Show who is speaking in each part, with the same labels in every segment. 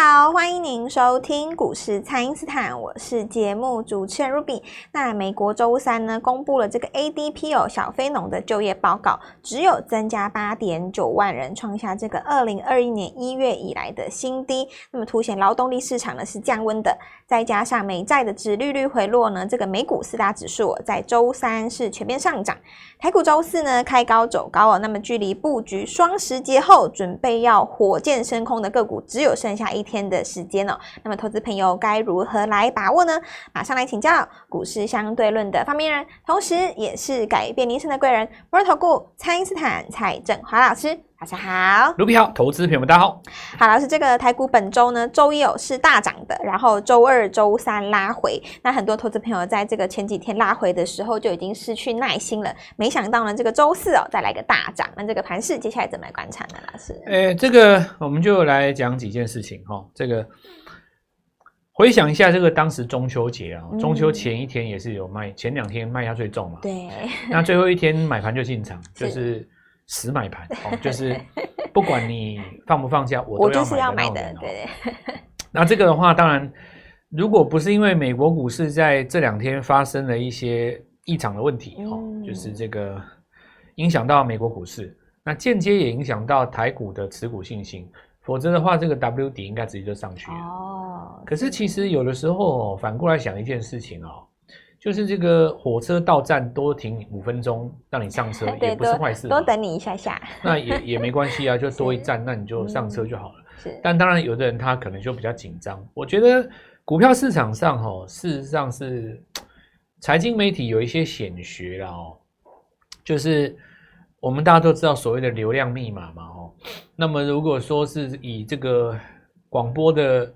Speaker 1: 好，欢迎您收听股市蔡因斯坦，我是节目主持人 Ruby。那美国周三呢，公布了这个 ADP 哦小非农的就业报告，只有增加八点九万人，创下这个二零二一年一月以来的新低。那么凸显劳动力市场呢是降温的，再加上美债的值利率回落呢，这个美股四大指数、哦、在周三是全面上涨。台股周四呢开高走高哦，那么距离布局双十节后准备要火箭升空的个股只有剩下一天的时间哦。那么投资朋友该如何来把握呢？马上来请教股市相对论的发明人，同时也是改变人生的贵人——摩尔投顾蔡因斯坦蔡振华老师，大家好。
Speaker 2: 卢比好，投资朋友们大家好。
Speaker 1: 好，老师，这个台股本周呢，周一有是大涨的，然后周二、周三拉回。那很多投资朋友在这个前几天拉回的时候就已经失去耐心了，没想到呢，这个周四哦再来个大涨。那这个盘势接下来怎么来观察呢，老师？
Speaker 2: 诶，这个我们就来讲几件事情哈、这个回想一下，这个当时中秋节啊
Speaker 1: 嗯，
Speaker 2: 中秋前一天也是有卖，前两天卖压最重嘛，
Speaker 1: 对，
Speaker 2: 那最后一天买盘就进场，
Speaker 1: 是
Speaker 2: 就是死买盘哦， 就是不管你放不放下，
Speaker 1: 我
Speaker 2: 我都
Speaker 1: 就是要买
Speaker 2: 的那
Speaker 1: 的，
Speaker 2: 种人哦。
Speaker 1: 对
Speaker 2: 那这个的话，当然，如果不是因为美国股市在这两天发生了一些异常的问题、
Speaker 1: 嗯
Speaker 2: 哦，就是这个影响到美国股市，那间接也影响到台股的持股信心。否则的话，这个 W 底应该直接就上去
Speaker 1: 对，
Speaker 2: 了。
Speaker 1: 哦，
Speaker 2: 可是其实有的时候、哦、反过来想一件事情哦，就是这个火车到站多停五分钟，让你 上车也不是坏事嘛，
Speaker 1: 多哦等你一下下，
Speaker 2: 那也也没关系啊，就多 一
Speaker 1: 是
Speaker 2: 站，那你就上车就好了。
Speaker 1: 是，
Speaker 2: 但当然，有的人他可能就比较紧张。我觉得股票市场上哈、哦，事实上是财经媒体有一些显学啦哦，就是我们大家都知道所谓的流量密码嘛哦。那么如果说是以这个广播的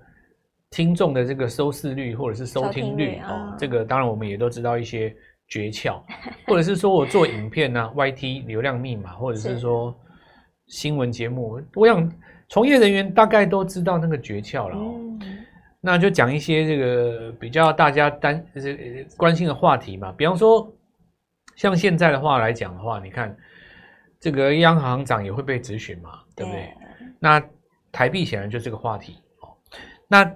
Speaker 2: 听众的这个收视率或者是收听
Speaker 1: 收听
Speaker 2: 率
Speaker 1: 率
Speaker 2: 哦
Speaker 1: 嗯，
Speaker 2: 这个当然我们也都知道一些诀 窍，或者是说我做影片呢、YT 流量密码，或者
Speaker 1: 是
Speaker 2: 是说新闻节目，我想从业人员大概都知道那个诀窍了、哦。
Speaker 1: 嗯，
Speaker 2: 那就讲一些这个比较大家担呃关心的话题嘛，比方说像现在的话来讲的话，你看这个央行长也会被质询嘛，对不对？
Speaker 1: 嗯
Speaker 2: 那台币显然就是个话题哦。那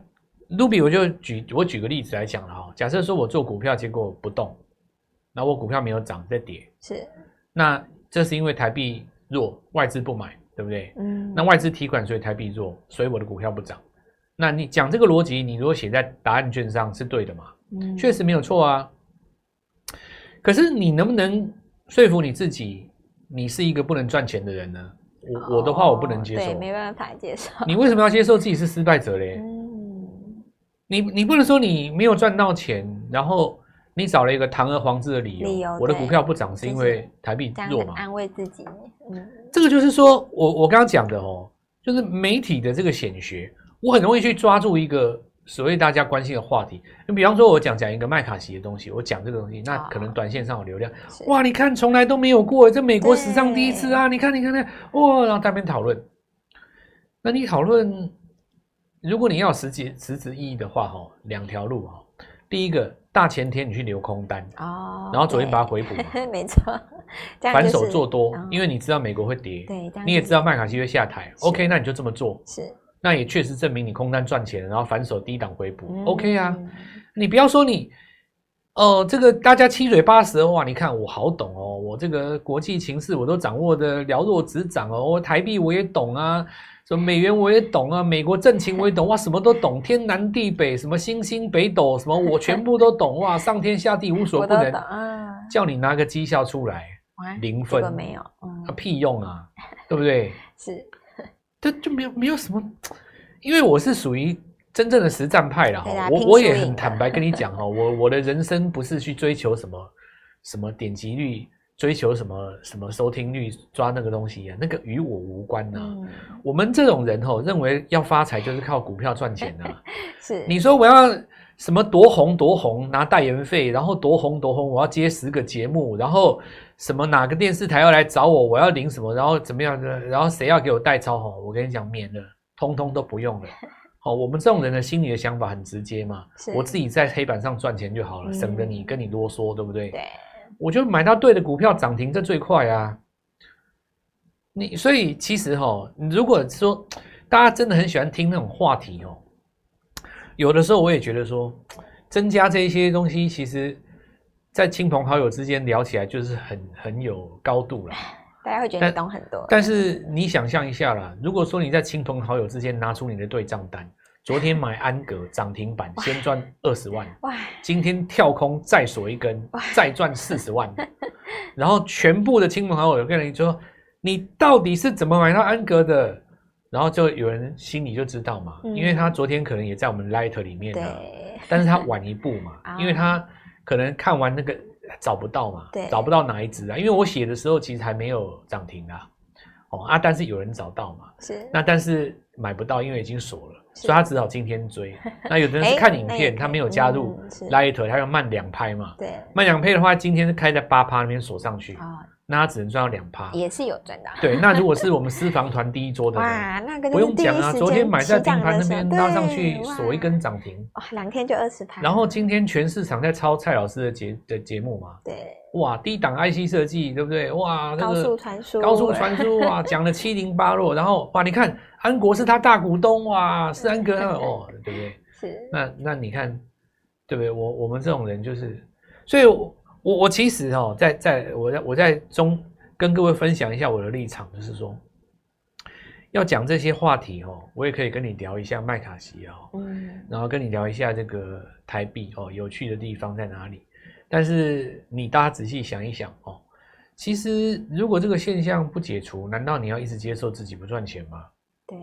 Speaker 2: 卢比我就举我举个例子来讲了哈、哦假设说我做股票结果不动，那我股票没有涨在跌，
Speaker 1: 是，
Speaker 2: 那这是因为台币弱，外资不买，对不对？
Speaker 1: 嗯，
Speaker 2: 那外资提款，所以台币弱，所以我的股票不涨。那你讲这个逻辑，你如果写在答案卷上是对的嘛？
Speaker 1: 嗯
Speaker 2: 确实没有错啊。可是你能不能说服你自己，你是一个不能赚钱的人呢？我我的话我不能接
Speaker 1: 哦对，
Speaker 2: 受。
Speaker 1: 没办法接受，
Speaker 2: 你为什么要接受自己是失败者嘞？
Speaker 1: 嗯，
Speaker 2: 你你不能说你没有赚到钱，然后你找了一个堂而皇之的理由，
Speaker 1: 理由
Speaker 2: 我的
Speaker 1: 对
Speaker 2: 股票不涨是因
Speaker 1: 就是
Speaker 2: 为台币
Speaker 1: 这样
Speaker 2: 弱
Speaker 1: 很
Speaker 2: 嘛？
Speaker 1: 安慰自己，嗯，
Speaker 2: 这个就是说我我刚刚讲的哦，就是媒体的这个显学，我很容易去抓住一个所谓大家关心的话题。你比方说，我讲讲一个麦卡锡的东西，我讲这个东西，那
Speaker 1: 啊
Speaker 2: 可能短线上有流量。
Speaker 1: 是，
Speaker 2: 哇，你看从来都没有过，这美国史上第一次啊！你看，你看，那哇，然后大边讨论。那你讨论，如果你要有实际实质意义的话，哈，两条路哈。第一个大前天你去留空单，
Speaker 1: 哦，
Speaker 2: 然后昨天把它
Speaker 1: 对
Speaker 2: 回补嘛，
Speaker 1: 没错， 这样
Speaker 2: 反
Speaker 1: 就
Speaker 2: 手
Speaker 1: 是
Speaker 2: 做多
Speaker 1: 嗯，
Speaker 2: 因为你知道美国会跌，
Speaker 1: 对，这样
Speaker 2: 你也
Speaker 1: 就
Speaker 2: 知道麦卡锡会下台
Speaker 1: 是
Speaker 2: ，OK，那你就这么做，
Speaker 1: 是
Speaker 2: 那也确实证明你空单赚钱，然后反手低档回补、
Speaker 1: 嗯
Speaker 2: o k 啊。你不要说你，哦、这个大家七嘴八舌哇，你看我好懂哦，我这个国际情势我都掌握的了若指掌哦，我台币我也懂啊，什么美元我也懂啊，美国政情我也懂哇，什么都懂，天南地北，什么星星北斗，什么我全部都懂哇，上天下地无所
Speaker 1: 我
Speaker 2: 不
Speaker 1: 都
Speaker 2: 能
Speaker 1: 懂，，啊，
Speaker 2: 叫你拿个绩效出来，
Speaker 1: 哇
Speaker 2: 零
Speaker 1: 这个
Speaker 2: 分
Speaker 1: 没有，嗯
Speaker 2: 啊、，屁用啊，对不对？
Speaker 1: 是
Speaker 2: 这就没有没有什么，因为我是属于真正的实战派啦
Speaker 1: 对啦
Speaker 2: 哈，我
Speaker 1: 拼
Speaker 2: 我
Speaker 1: 输
Speaker 2: 也
Speaker 1: 赢
Speaker 2: 很坦白跟你讲哦，我我的人生不是去追求什么什么点击率，追求什么什么收听率，抓那个东西啊，那个与我无关呐、
Speaker 1: 嗯
Speaker 2: 我们这种人哦，认为要发财就是靠股票赚钱 啊呐、
Speaker 1: 是，
Speaker 2: 你说我要什么多红多红拿代言费，然后多红多红，我要接十个节目，然后什么哪个电视台要来找我，我要领什么，然后怎么样的，然后谁要给我带超红，我跟你讲免了，通通都不用了。好、我们这种人的心里的想法很直接嘛
Speaker 1: 是，
Speaker 2: 我自己在黑板上赚钱就好了，省得你跟你啰嗦，对不对？
Speaker 1: 对，
Speaker 2: 我就买到对的股票涨停，这最快啊。你所以其实哈、你如果说大家真的很喜欢听那种话题哦。有的时候我也觉得说，增加这一些东西，其实，在亲朋好友之间聊起来就是很很有高度啦。
Speaker 1: 大家会觉得你懂很多。
Speaker 2: 但是你想象一下啦，如果说你在亲朋好友之间拿出你的对账单，昨天买安格涨停板先赚二十万，
Speaker 1: 哇，
Speaker 2: 今天跳空再锁一根，再赚四十万，然后全部的亲朋好友跟人说，你到底是怎么买到安格的？然后就有人心里就知道嘛，
Speaker 1: 嗯
Speaker 2: 因为他昨天可能也在我们 Light 里面了，
Speaker 1: 对，
Speaker 2: 但是他晚一步嘛
Speaker 1: 啊，
Speaker 2: 因为他可能看完那个找不到嘛
Speaker 1: 对，
Speaker 2: 找不到哪一只啊，因为我写的时候其实还没有涨停啊，哦啊，但是有人找到嘛，
Speaker 1: 是
Speaker 2: 那但是买不到，因为已经锁了，
Speaker 1: 是
Speaker 2: 所以他只好今天追。那有的人
Speaker 1: 哎
Speaker 2: 是看影
Speaker 1: 那也
Speaker 2: 片，
Speaker 1: 可以
Speaker 2: 他没有加入
Speaker 1: 嗯是
Speaker 2: Light，他要慢两拍嘛，
Speaker 1: 对，
Speaker 2: 慢两拍的话，今天是开在八趴那边锁上去，
Speaker 1: 哦，
Speaker 2: 那他只能赚到两趴。
Speaker 1: 也是有赚到。
Speaker 2: 对，那如果是我们私房团第一桌的人，
Speaker 1: 哇，那个就
Speaker 2: 不
Speaker 1: 是
Speaker 2: 用
Speaker 1: 第一
Speaker 2: 讲啊，
Speaker 1: 时
Speaker 2: 昨天
Speaker 1: 间
Speaker 2: 买
Speaker 1: 起
Speaker 2: 在
Speaker 1: 涨
Speaker 2: 盯盘
Speaker 1: 的
Speaker 2: 那
Speaker 1: 时候，
Speaker 2: 边拉上
Speaker 1: 对
Speaker 2: 去锁一根，涨停，
Speaker 1: 哇，哇两天就二十盘。
Speaker 2: 然后今天全市场在抄蔡老师的节的节目嘛，
Speaker 1: 对，
Speaker 2: 哇，低档 IC 设计，对不对？哇，那
Speaker 1: 高
Speaker 2: 个
Speaker 1: 速传输，
Speaker 2: 高速传输啊，讲的七零八落，然后哇，你看安国是他大股东 哇，是安哥他的哦，对不对？
Speaker 1: 是
Speaker 2: 那那你看，对不对？我我们这种人就是，所以我我我其实哦，在在我在我在中跟各位分享一下我的立场，就是说，要讲这些话题哦，我也可以跟你聊一下麦卡锡哦，
Speaker 1: 嗯，
Speaker 2: 然后跟你聊一下这个台币哦，有趣的地方在哪里？但是你大家仔细想一想哦，其实如果这个现象不解除，难道你要一直接受自己不赚钱吗？
Speaker 1: 对，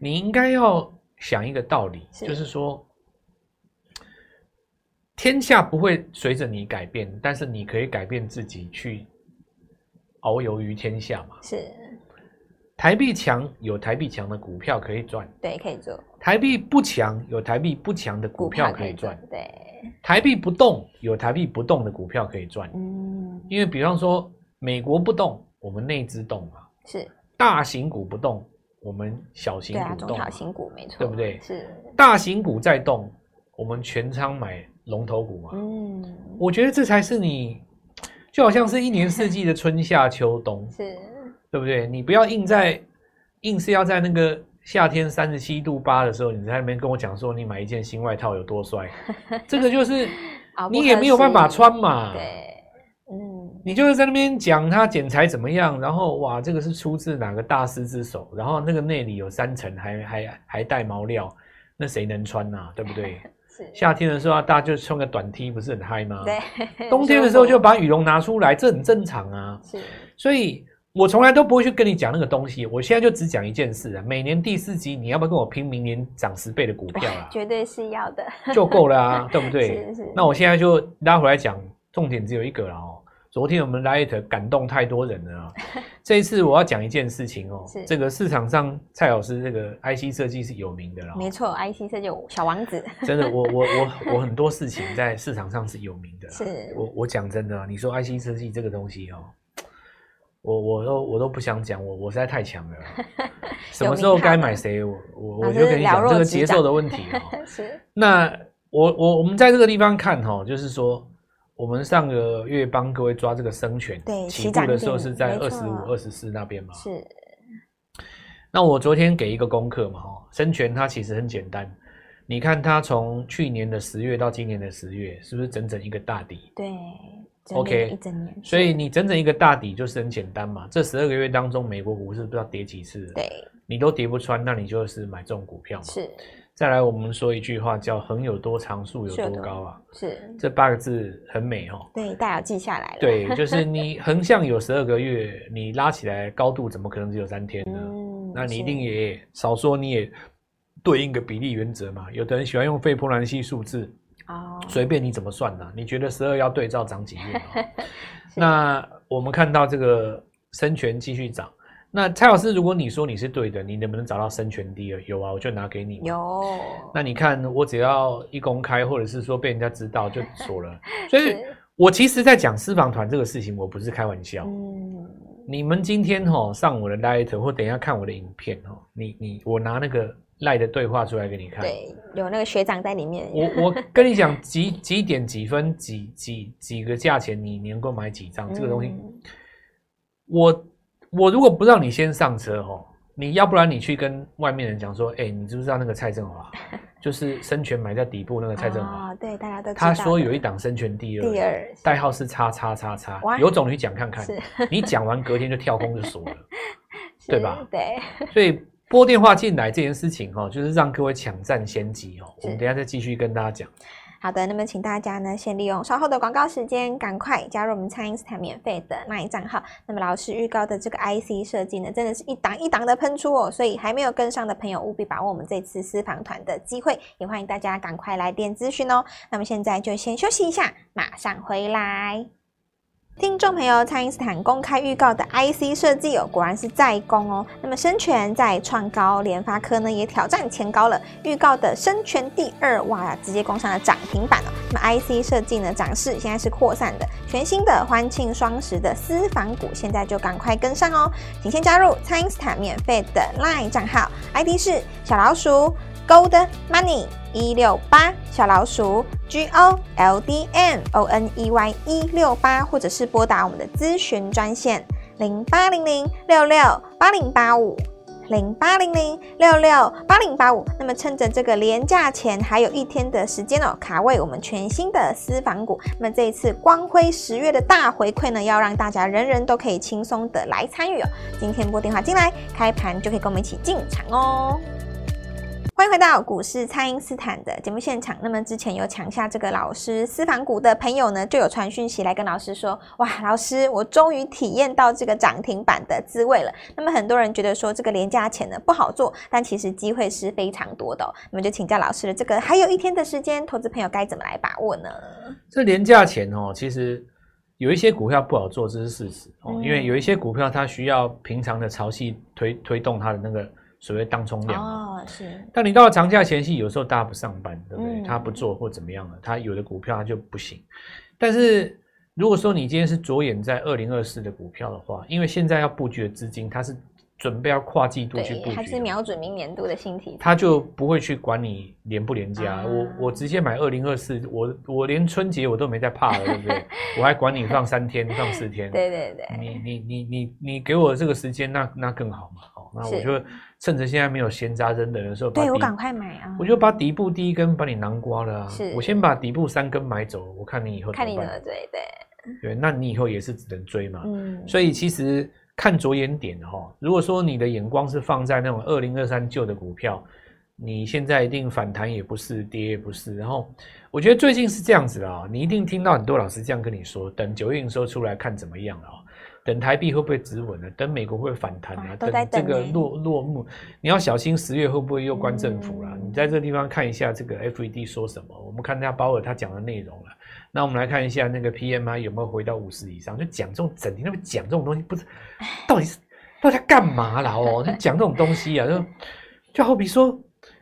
Speaker 2: 你应该要想一个道理，
Speaker 1: 是
Speaker 2: 就是说，天下不会随着你改变，但是你可以改变自己去遨游于天下嘛。
Speaker 1: 是，
Speaker 2: 台币强有台币强的股票可以赚，
Speaker 1: 对，可以做
Speaker 2: 台币不强有台币不强的股票可以
Speaker 1: 做
Speaker 2: 赚，，
Speaker 1: 对，
Speaker 2: 台币不动有台币不动的股票可以赚。
Speaker 1: 嗯，
Speaker 2: 因为比方说美国不动，我们内资动嘛；
Speaker 1: 是
Speaker 2: 大型股不动，我们小型
Speaker 1: 对啊，
Speaker 2: 股
Speaker 1: 中
Speaker 2: 动嘛。
Speaker 1: 小型股没错，
Speaker 2: 对不对
Speaker 1: 是，
Speaker 2: 大型股在动，我们全仓买龙头股嘛。
Speaker 1: 嗯，，
Speaker 2: 我觉得这才是你，就好像是一年四季的春夏秋冬
Speaker 1: 是，
Speaker 2: 对不对？你不要硬在，硬是要在那个夏天三十七度八的时候，你在那边跟我讲说你买一件新外套有多帅，这个就是
Speaker 1: 啊
Speaker 2: 你也没有办法，穿嘛
Speaker 1: 不。合时宜对，嗯，
Speaker 2: 你就是在那边讲它剪裁怎么样，然后哇，这个是出自哪个大师之手，然后那个内里有三层，还还还带毛料，那谁能穿呐、对不对？
Speaker 1: 是，
Speaker 2: 夏天的时候啊，大家就穿个短 T，不是很嗨吗？
Speaker 1: 对，
Speaker 2: 冬天的时候就把羽绒拿出来，这很正常啊。
Speaker 1: 是
Speaker 2: 所以我从来都不会去跟你讲那个东西，我现在就只讲一件事啊。每年第四季，你要不要跟我拼明年涨十倍的股票啊？
Speaker 1: 绝对是要的，
Speaker 2: 就够了啊，对不对？
Speaker 1: 是是
Speaker 2: 那我现在就拉回来讲，重点只有一个了哦。昨天我们 Light 感动太多人 了啊！这一次我要讲一件事情哦
Speaker 1: 是，
Speaker 2: 这个市场上蔡老师这个 IC 设计是有名的啦、哦
Speaker 1: 没，错，IC 设计小王子，
Speaker 2: 真的，我我我我很多事情在市场上是有名的啦。
Speaker 1: 是
Speaker 2: 我我讲真的啊，你说 IC 设计这个东西哦，我我都我都不想讲，我我实在 太强了啦。什么时候该买谁，我我我
Speaker 1: 老师
Speaker 2: 就跟你
Speaker 1: 啊了
Speaker 2: 讲
Speaker 1: 若
Speaker 2: 这个
Speaker 1: 指
Speaker 2: 节
Speaker 1: 掌
Speaker 2: 奏的问题哦。
Speaker 1: 是，
Speaker 2: 那我我我们在这个地方看哈、就是说，我们上个月帮各位抓这个生权，
Speaker 1: 对
Speaker 2: 起
Speaker 1: 起
Speaker 2: 步
Speaker 1: 涨
Speaker 2: 的时候
Speaker 1: 点
Speaker 2: 是在
Speaker 1: 没
Speaker 2: 二
Speaker 1: 错
Speaker 2: 十五、二十四那边嘛。
Speaker 1: 是，
Speaker 2: 那我昨天给一个功课嘛，哈，生权它其实很简单，你看它从去年的十月到今年的十月，是不是整整一个大底？
Speaker 1: 对整
Speaker 2: OK，
Speaker 1: 理了一整年，
Speaker 2: 所以
Speaker 1: 是
Speaker 2: 你整整一个大底就是很简单嘛。这十二个月当中，美国股市不知道跌几次，
Speaker 1: 对
Speaker 2: 你都跌不穿，那你就是买这种股票嘛。
Speaker 1: 是
Speaker 2: 再来，我们说一句话叫“横有多长，竖有
Speaker 1: 是有
Speaker 2: 多
Speaker 1: 多
Speaker 2: 高”啊，
Speaker 1: 是，
Speaker 2: 这八个字很美哦。
Speaker 1: 对，大家有记下来了，，
Speaker 2: 对，就是你横向有十二个月，你拉起来高度怎么可能只有三天呢？
Speaker 1: 嗯
Speaker 2: 那你一
Speaker 1: 是
Speaker 2: 定也少说你也对应个比例原则嘛。有的人喜欢用费波兰西数字，
Speaker 1: 哦，
Speaker 2: 随便你怎么算呢、你觉得十二要对照涨几月、哦？ 那我们看到这个生权继续涨。那蔡老师，如果你说你是对的，你能不能找到生权低了？有啊，我就拿给你。。
Speaker 1: 有，
Speaker 2: 那你看，我只要一公开，或者是说被人家知道，就锁 了。所以
Speaker 1: 是
Speaker 2: 我其实，在讲私房团这个事情，我不是开玩笑。
Speaker 1: 嗯，
Speaker 2: 你们今天哈、上我的 Light 或等一下看我的影片哦，你你我拿那个 Light 的对话出来给你看。哦
Speaker 1: 对，有那个学长在里面，
Speaker 2: 我我跟你讲几几点几分几几几个价钱，你你能够买几张这个东西，
Speaker 1: 嗯
Speaker 2: 我我如果不让你先上车哦，你要不然你去跟外面人讲说，哎、你知不知道那个蔡振华， 就是生全买在底部那个蔡振华，
Speaker 1: 哦，对，大家都知道
Speaker 2: 他
Speaker 1: 的
Speaker 2: 说有一档生全第二，
Speaker 1: 第二
Speaker 2: 代号是叉叉叉叉
Speaker 1: 哇，
Speaker 2: 有种你讲看看
Speaker 1: 是，
Speaker 2: 你讲完隔天就跳空就锁 了，
Speaker 1: 是
Speaker 2: 对吧？
Speaker 1: 对，
Speaker 2: 所以拨电话进来这件事情哦，就是让各位抢占先机哦。
Speaker 1: 是
Speaker 2: 我们等一下再继续跟大家讲。
Speaker 1: 好的，那么请大家呢，先利用稍后的广告时间，赶快加入我们蔡英斯坦免费的那一账号。那么老师预告的这个 IC 设计呢，真的是一档一档的喷出哦，所以还没有跟上的朋友，务必把握我们这次私房团的机会，也欢迎大家赶快来电咨询哦。那么现在就先休息一下，马上回来。听众朋友，蔡英斯坦公开预告的 IC 设计哦，果然是在攻哦。那么深全在创高，联发科呢也挑战前高了。预告的深全第二，哇，直接攻上了涨停板哦。那么 IC 设计呢，涨势现在是扩散的，全新的欢庆双十的私房股，现在就赶快跟上哦。请先加入蔡英斯坦免费的 LINE 账号，ID 是小老鼠 Gold Money 一六八，小老鼠 G O L D M O N E Y 一六八，或者是拨打我们的咨询专线零八零零六六八零八五。零八零零六六八零八五。那么趁着这个廉价前还有一天的时间哦，卡位我们全新的私房股。那么这一次光辉十月的大回馈呢，要让大家人人都可以轻松的来参与哦。今天拨电话进来，开盘就可以跟我们一起进场哦。欢迎回到股市，蔡因斯坦的节目现场。那么之前有抢下这个老师私房股的朋友呢，就有传讯息来跟老师说：“哇，老师，我终于体验到这个涨停板的滋味了。”那么很多人觉得说这个廉价钱呢不好做，但其实机会是非常多的、哦。那么就请教老师了，这个还有一天的时间，投资朋友该怎么来把握呢？
Speaker 2: 这廉价钱哦，其实有一些股票不好做，这是事实哦，
Speaker 1: 嗯
Speaker 2: 因为有一些股票它需要平常的潮汐推推动它的那个所谓当冲量哦。
Speaker 1: 哦，是
Speaker 2: 但你到了长假前夕，有时候大家不上班，对不对？
Speaker 1: 嗯
Speaker 2: 他不做或怎么样了，他有的股票它就不行。但是如果说你今天是着眼在二零二四的股票的话，因为现在要布局的资金，它是准备要跨季度去布
Speaker 1: 对，
Speaker 2: 局，
Speaker 1: 还是瞄准明年度的新题材。
Speaker 2: 他就不会去管你廉不廉价、
Speaker 1: 啊
Speaker 2: 我我直接买二零二四，我我连春节我都没在怕了，对 不对？我还管你放三天、放四天。
Speaker 1: 对对对，
Speaker 2: 你你你你你给我这个时间，那那更好嘛。哦，那我
Speaker 1: 是
Speaker 2: 就趁着现在没有闲杂人等的时候，把
Speaker 1: 对我
Speaker 2: 底
Speaker 1: 赶快买啊！
Speaker 2: 我就把底部第一根把你囊瓜了、啊
Speaker 1: 是，
Speaker 2: 我先把底部三根买走，我看你以后
Speaker 1: 看你
Speaker 2: 怎
Speaker 1: 怎
Speaker 2: 么
Speaker 1: 么
Speaker 2: 办。
Speaker 1: 对对，
Speaker 2: 对，那你以后也是只能追嘛。
Speaker 1: 嗯，
Speaker 2: 所以其实看着眼点哈、哦，如果说你的眼光是放在那种二零二三旧的股票，你现在一定反弹也不是，跌也不是。然后我觉得最近是这样子啊、你一定听到很多老师这样跟你说，等九月营收出来看怎么样了、哦。等台币会不会止稳呢？等美国会不会反弹
Speaker 1: 哇
Speaker 2: 啊？
Speaker 1: 都在
Speaker 2: 这
Speaker 1: 等
Speaker 2: 个
Speaker 1: 欸
Speaker 2: 落落幕，你要小心十月会不会又关政府啦？
Speaker 1: 嗯
Speaker 2: 你在这地方看一下这个 FED 说什么，我们看一下鲍尔他讲的内容了。那我们来看一下那个 PMI 有没有回到五十以上？就讲这种整天那么讲这种东西，不是到底是到底在干嘛啦？哦，就讲这种东西啊，就就好比说，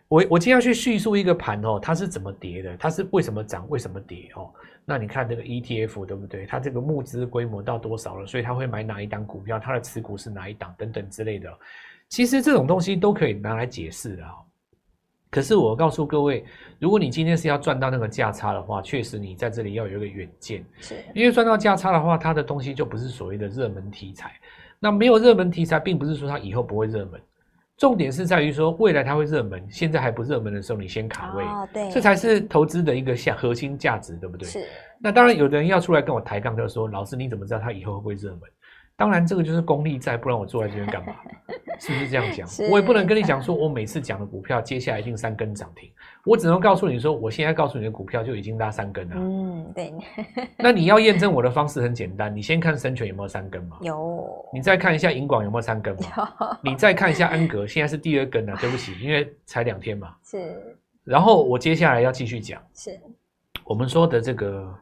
Speaker 2: 我我今天要去叙述一个盘哦，它是怎么跌的，它是为什么涨，为什么跌哦？那你看这个 ETF 对不对？它这个募资规模到多少了？所以他会买哪一档股票？它的持股是哪一档等等之类的哦。其实这种东西都可以拿来解释的哦。可是我告诉各位，如果你今天是要赚到那个价差的话，确实你在这里要有一个远见，
Speaker 1: 是
Speaker 2: 因为赚到价差的话，它的东西就不是所谓的热门题材。那没有热门题材，并不是说它以后不会热门，重点是在于说未来它会热门，现在还不热门的时候，你先卡位，
Speaker 1: 哦，对，
Speaker 2: 这才是投资的一个下核心价值，对不对？
Speaker 1: 是
Speaker 2: 那当然，有的人要出来跟我抬杠，就说：“老师，你怎么知道它以后会不会热门？”当然，这个就是功力在，不然我坐在这边干嘛？是不是这样讲
Speaker 1: 是？
Speaker 2: 我也不能跟你讲说，我每次讲的股票接下来一定三根涨停，我只能告诉你说，我现在告诉你的股票就已经拉三根了。
Speaker 1: 嗯，对，
Speaker 2: 那你要验证我的方式很简单，你先看神犬有没有三根嘛，
Speaker 1: 有
Speaker 2: 你再看一下银广有没有三根嘛，
Speaker 1: 有
Speaker 2: 你再看一下安格，现在是第二根了、对不起，因为才两天嘛。
Speaker 1: 是
Speaker 2: 然后我接下来要继续讲
Speaker 1: 是
Speaker 2: 我们说的这个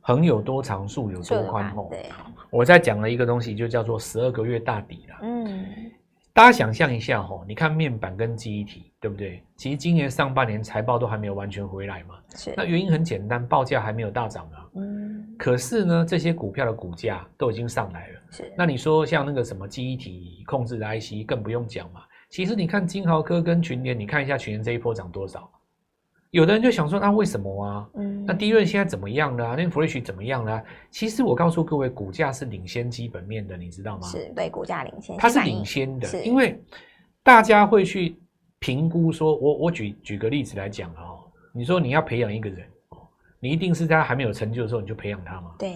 Speaker 2: 横有多长，竖有多
Speaker 1: 的
Speaker 2: 宽
Speaker 1: 吧
Speaker 2: 哦。
Speaker 1: 对，
Speaker 2: 我在讲了一个东西，就叫做十二个月大底啦。
Speaker 1: 嗯，
Speaker 2: 大家想象一下哦，你看面板跟记忆体，对不对？其实今年上半年财报都还没有完全回来嘛。
Speaker 1: 是
Speaker 2: 那原因很简单，报价还没有大涨啊。
Speaker 1: 嗯
Speaker 2: 可是呢，这些股票的股价都已经上来了。
Speaker 1: 是
Speaker 2: 那你说像那个什么记忆体控制的 IC，更不用讲嘛。其实你看金豪科跟群联，你看一下群联这一波涨多少？有的人就想说，那为什么啊？
Speaker 1: 嗯
Speaker 2: 那低润现在怎么样了、啊？那 Fresh 怎么样了、啊？其实我告诉各位，股价是领先基本面的，你知道吗？
Speaker 1: 是对股价领先，
Speaker 2: 它是
Speaker 1: 反
Speaker 2: 领
Speaker 1: 应
Speaker 2: 先的，
Speaker 1: 是
Speaker 2: 因为大家会去评估说，我我举举个例子来讲哦，你说你要培养一个人，哦你一定是在他还没有成就的时候你就培养他嘛，
Speaker 1: 对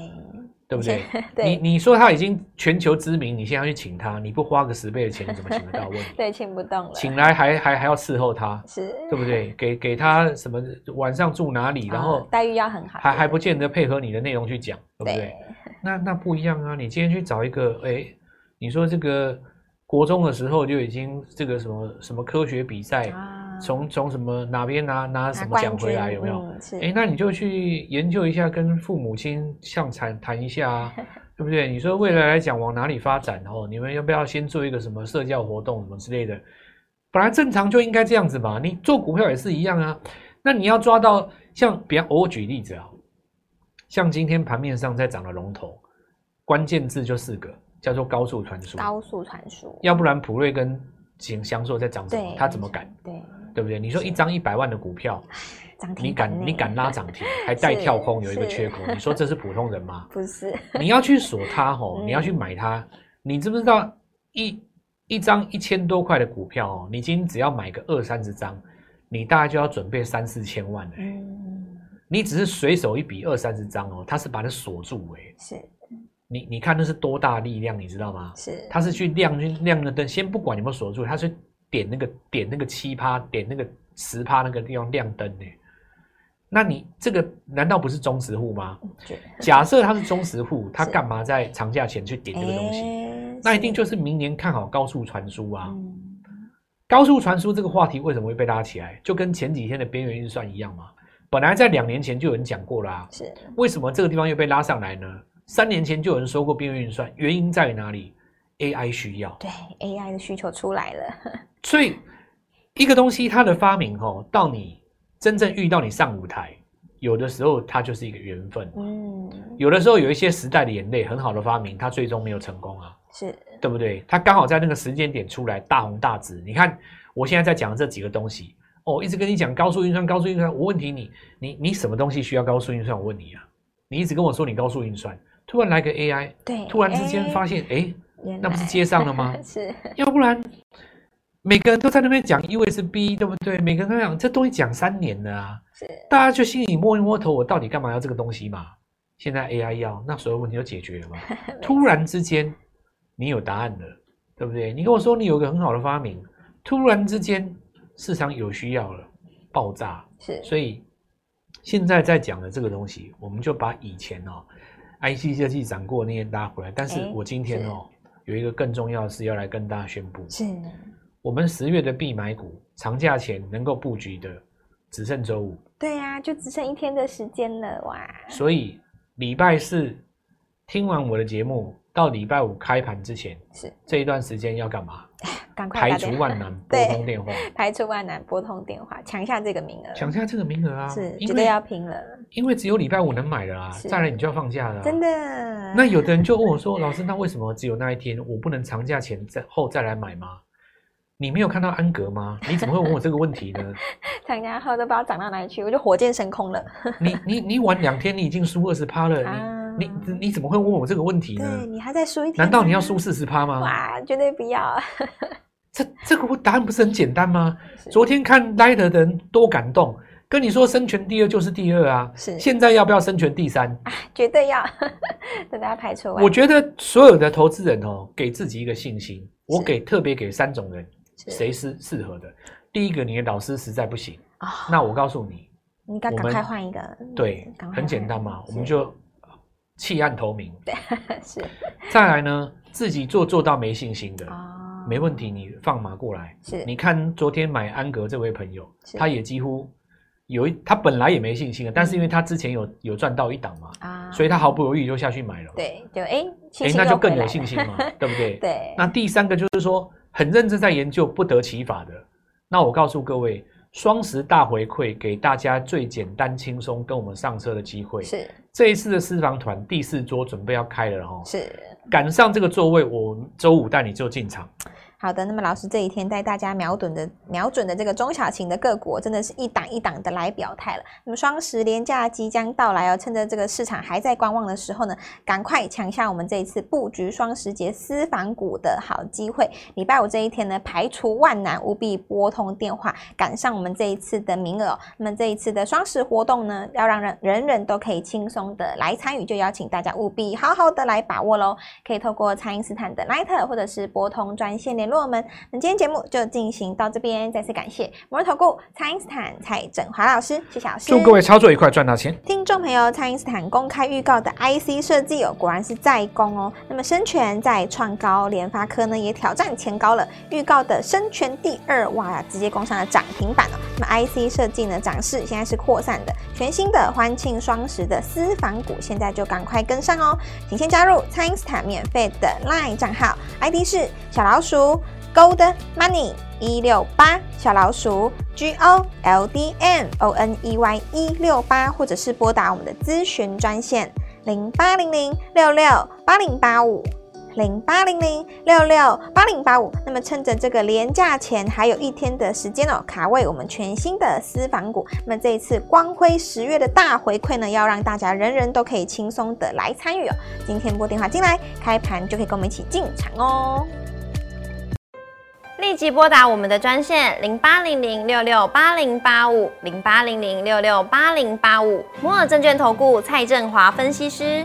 Speaker 2: 对不对？你
Speaker 1: 对
Speaker 2: 你说他已经全球知名，你现在要去请他，你不花个十倍的钱，你怎么请得到？问你，
Speaker 1: 对，请不动了，
Speaker 2: 请来还还还要伺候他，
Speaker 1: 是，
Speaker 2: 对不对？给给他什么晚上住哪里，然
Speaker 1: 啊
Speaker 2: 后
Speaker 1: 待遇要很好，
Speaker 2: 还还不见得配合你的内容去讲，对不对？那那不一样啊！你今天去找一个，哎，你说这个国中的时候就已经这个什么什么科学比赛，
Speaker 1: 啊
Speaker 2: 从从什么哪边拿拿什么
Speaker 1: 冠
Speaker 2: 奖回来，
Speaker 1: 军
Speaker 2: 有没有？
Speaker 1: 嗯、是，
Speaker 2: 哎，那你就去研究一下，跟父母亲向谈谈一下 啊，对不对？你说未来来讲往哪里发展哦？你们要不要先做一个什么社交活动什么之类的？本来正常就应该这样子嘛，你做股票也是一样啊。那你要抓到像，比方我举例子啊，像今天盘面上在涨的龙头，关键字就四个，叫做高速传输。
Speaker 1: 高速传输，
Speaker 2: 要不然普瑞跟景祥硕在涨什么
Speaker 1: 对，，
Speaker 2: 他怎么敢？？
Speaker 1: 对，
Speaker 2: 对不对？你说一张一百万的股票，
Speaker 1: 涨停
Speaker 2: 你
Speaker 1: 板
Speaker 2: 敢
Speaker 1: 呢
Speaker 2: 你敢拉？涨停，还带跳空有一个
Speaker 1: 哦是？
Speaker 2: 缺口，你说这是普通人吗
Speaker 1: 不是，
Speaker 2: 你要去锁它吼，
Speaker 1: 嗯
Speaker 2: 你要去买它，你知不知道一一张一千多块的股票哦，你今天只要买个二三十张，你大概就要准备三四千万了。
Speaker 1: 嗯，
Speaker 2: 你只是随手一笔二三十张哦，它是把它锁住哎、
Speaker 1: 是
Speaker 2: 你你看那是多大力量，你知道吗？
Speaker 1: 是，
Speaker 2: 它是去亮去亮那灯，先不管有没有锁住，它是点那个点那个七趴，点那个十趴那个地方亮灯呢、那你这个难道不是中实户吗？
Speaker 1: 觉
Speaker 2: 假设他是中实户，他
Speaker 1: 是
Speaker 2: 干嘛在长假前去点这个东西？
Speaker 1: 诶
Speaker 2: 那一定
Speaker 1: 哎是
Speaker 2: 就是明年看好高速传输啊！
Speaker 1: 嗯
Speaker 2: 高速传输这个话题为什么会被拉起来？就跟前几天的边缘运算一样嘛。本来在两年前就有人讲过啦、
Speaker 1: 是
Speaker 2: 为什么这个地方又被拉上来呢？三年前就有人说过边缘运算，原因在于哪里？AI 需要，
Speaker 1: 对 AI 的需求出来了，
Speaker 2: 所以一个东西它的发明哦，到你真正遇到你上舞台，有的时候它就是一个缘分，
Speaker 1: 嗯，
Speaker 2: 有的时候有一些时代的眼泪，很好的发明，它最终没有成功啊，
Speaker 1: 是
Speaker 2: 对不对？它刚好在那个时间点出来，大红大紫。你看我现在在讲的这几个东西，哦，一直跟你讲高速运算，高速运算，我问题你你你什么东西需要高速运算？我问你啊，你一直跟我说你高速运算，突然来个 AI，
Speaker 1: 对，
Speaker 2: 突然之间
Speaker 1: 诶
Speaker 2: 发，现，哎，
Speaker 1: 原
Speaker 2: 那不是
Speaker 1: 来
Speaker 2: 接上了吗？
Speaker 1: 是
Speaker 2: 要不然每个人都在那边讲 USB，对不对？每个人都讲这东西讲三年了啊，
Speaker 1: 是
Speaker 2: 大家就心里摸一摸头，我到底干嘛要这个东西嘛？现在 AI 要，那所有问题都解决了嘛？突然之间，你有答案了，对不对？你跟我说你有一个很好的发明，突然之间市场有需要了，爆炸。
Speaker 1: 是
Speaker 2: 所以现在在讲的这个东西，我们就把以前哦 IC 设计涨过的那些拉回来。但是
Speaker 1: 哎
Speaker 2: 我今天哦、有一个更重要的事要来跟大家宣布，
Speaker 1: 是
Speaker 2: 我们十月的必买股，长假前能够布局的只剩周五，
Speaker 1: 对呀、就只剩一天的时间了哇！
Speaker 2: 所以礼拜四听完我的节目到礼拜五开盘之前，
Speaker 1: 是
Speaker 2: 这一段时间要干嘛？
Speaker 1: 赶快
Speaker 2: 排
Speaker 1: 打
Speaker 2: 除
Speaker 1: 电话
Speaker 2: 万难，拨
Speaker 1: 对
Speaker 2: 通 电话，
Speaker 1: 排除万难，拨通电话抢下这个名额，
Speaker 2: 抢下这个名额啊！
Speaker 1: 是
Speaker 2: 因
Speaker 1: 绝
Speaker 2: 为
Speaker 1: 对要拼了，
Speaker 2: 因为只有礼拜五能买的啊，
Speaker 1: 是
Speaker 2: 再来你就要放假了、啊，
Speaker 1: 真的。
Speaker 2: 那有的人就问我说：“老师，那为什么只有那一天？我不能长假前再后再来买吗？”你没有看到安格吗？你怎么会问我这个问题呢？
Speaker 1: 厂家后都不知道涨到哪里去，我就火箭升空了。
Speaker 2: 你你你晚两天，你已经输二十趴了，
Speaker 1: 啊
Speaker 2: 你你你怎么会问我这个问题
Speaker 1: 对
Speaker 2: 呢？
Speaker 1: 你还在输一天啊，
Speaker 2: 难道你要输四十趴吗？
Speaker 1: 哇，绝对不要！
Speaker 2: 这这个答案不是很简单吗？
Speaker 1: 是
Speaker 2: 昨天看 Light 的人多感动，跟你说生权第二就是第二啊，
Speaker 1: 是啊
Speaker 2: 现在要不要生权第三？
Speaker 1: 绝对要， 等大家排除万
Speaker 2: 我觉得所有的投资人哦，给自己一个信心。我
Speaker 1: 是
Speaker 2: 给特别给三种人，
Speaker 1: 是
Speaker 2: 谁是适合的？第一个，你的老师实在不行，
Speaker 1: 啊，
Speaker 2: 那我告诉你，
Speaker 1: 你赶
Speaker 2: 我
Speaker 1: 赶
Speaker 2: 们
Speaker 1: 快换一个，
Speaker 2: 对
Speaker 1: 嗯赶，快
Speaker 2: 很
Speaker 1: 换
Speaker 2: 简单嘛，
Speaker 1: 是
Speaker 2: 我们就呃弃暗投明。
Speaker 1: 是
Speaker 2: 再来呢，自己做做到没信心的，
Speaker 1: 啊
Speaker 2: 没问题，你放马过来。
Speaker 1: 是
Speaker 2: 你看昨天买安格这位朋友，
Speaker 1: 是嗯
Speaker 2: 他也几乎有一，他本来也没信心的，但是因为他之前有有赚到一档嘛，
Speaker 1: 啊，
Speaker 2: 所
Speaker 1: 以
Speaker 2: 以他毫不犹豫就下去买了。
Speaker 1: 对，就哎，信
Speaker 2: 诶
Speaker 1: 心
Speaker 2: 那
Speaker 1: 又
Speaker 2: 就更
Speaker 1: 回来
Speaker 2: 有
Speaker 1: 了
Speaker 2: 信心嘛，对不对？
Speaker 1: 对，
Speaker 2: 那第三个就是说，很认真在研究不得其法的。那我告诉各位，双十大回馈给大家最简单轻松跟我们上车的机会。
Speaker 1: 是
Speaker 2: 这一次的私房团第四桌准备要开了哦，
Speaker 1: 是
Speaker 2: 赶上这个座位，我周五带你就进场。
Speaker 1: 好的，那么老师这几天带大家瞄准的瞄准的这个中小型的个股，真的是一档一档的来表态了。那么双十连假即将到来哦，趁着这个市场还在观望的时候呢，赶快抢下我们这一次布局双十节私房股的好机会。礼拜五这一天呢，排除万难，务必拨通电话，赶上我们这一次的名额哦、那么这一次的双十活动呢，要让人人人都可以轻松的来参与，就邀请大家务必好好的来把握喽。可以透过蔡因斯坦的 Light 或者是拨通专线联络我们。那今天节目就进行到这边，再次感谢摩尔投顾蔡因斯坦蔡振华老师，谢谢老师。
Speaker 2: 祝各位操作愉快，赚到钱。
Speaker 1: 听众朋友，蔡因斯坦公开预告的 IC 设计哦，果然是在攻哦。那么深全在创高，联发科呢也挑战前高了。预告的深全第二，哇，直接攻上了涨停板哦。那么 IC 设计呢，涨势现在是扩散的，全新的欢庆双十的私房股，现在就赶快跟上哦。请先加入蔡因斯坦免费的 LINE 账号，ID 是小老鼠 Gold Money 一六八，小老鼠 G O L D M O N E Y 一六八，或者是拨打我们的咨询专线零八零零六六八零八五。零八零零六六八零八五。那么趁着这个廉价前还有一天的时间哦，卡位我们全新的私房股。那么这一次光辉十月的大回馈呢，要让大家人人都可以轻松的来参与哦。今天拨电话进来，开盘就可以跟我们一起进场哦。
Speaker 3: 立即拨打我们的专线零八零零六六八零八五零八零零六六八零八五摩尔证券投顾蔡振华分析师。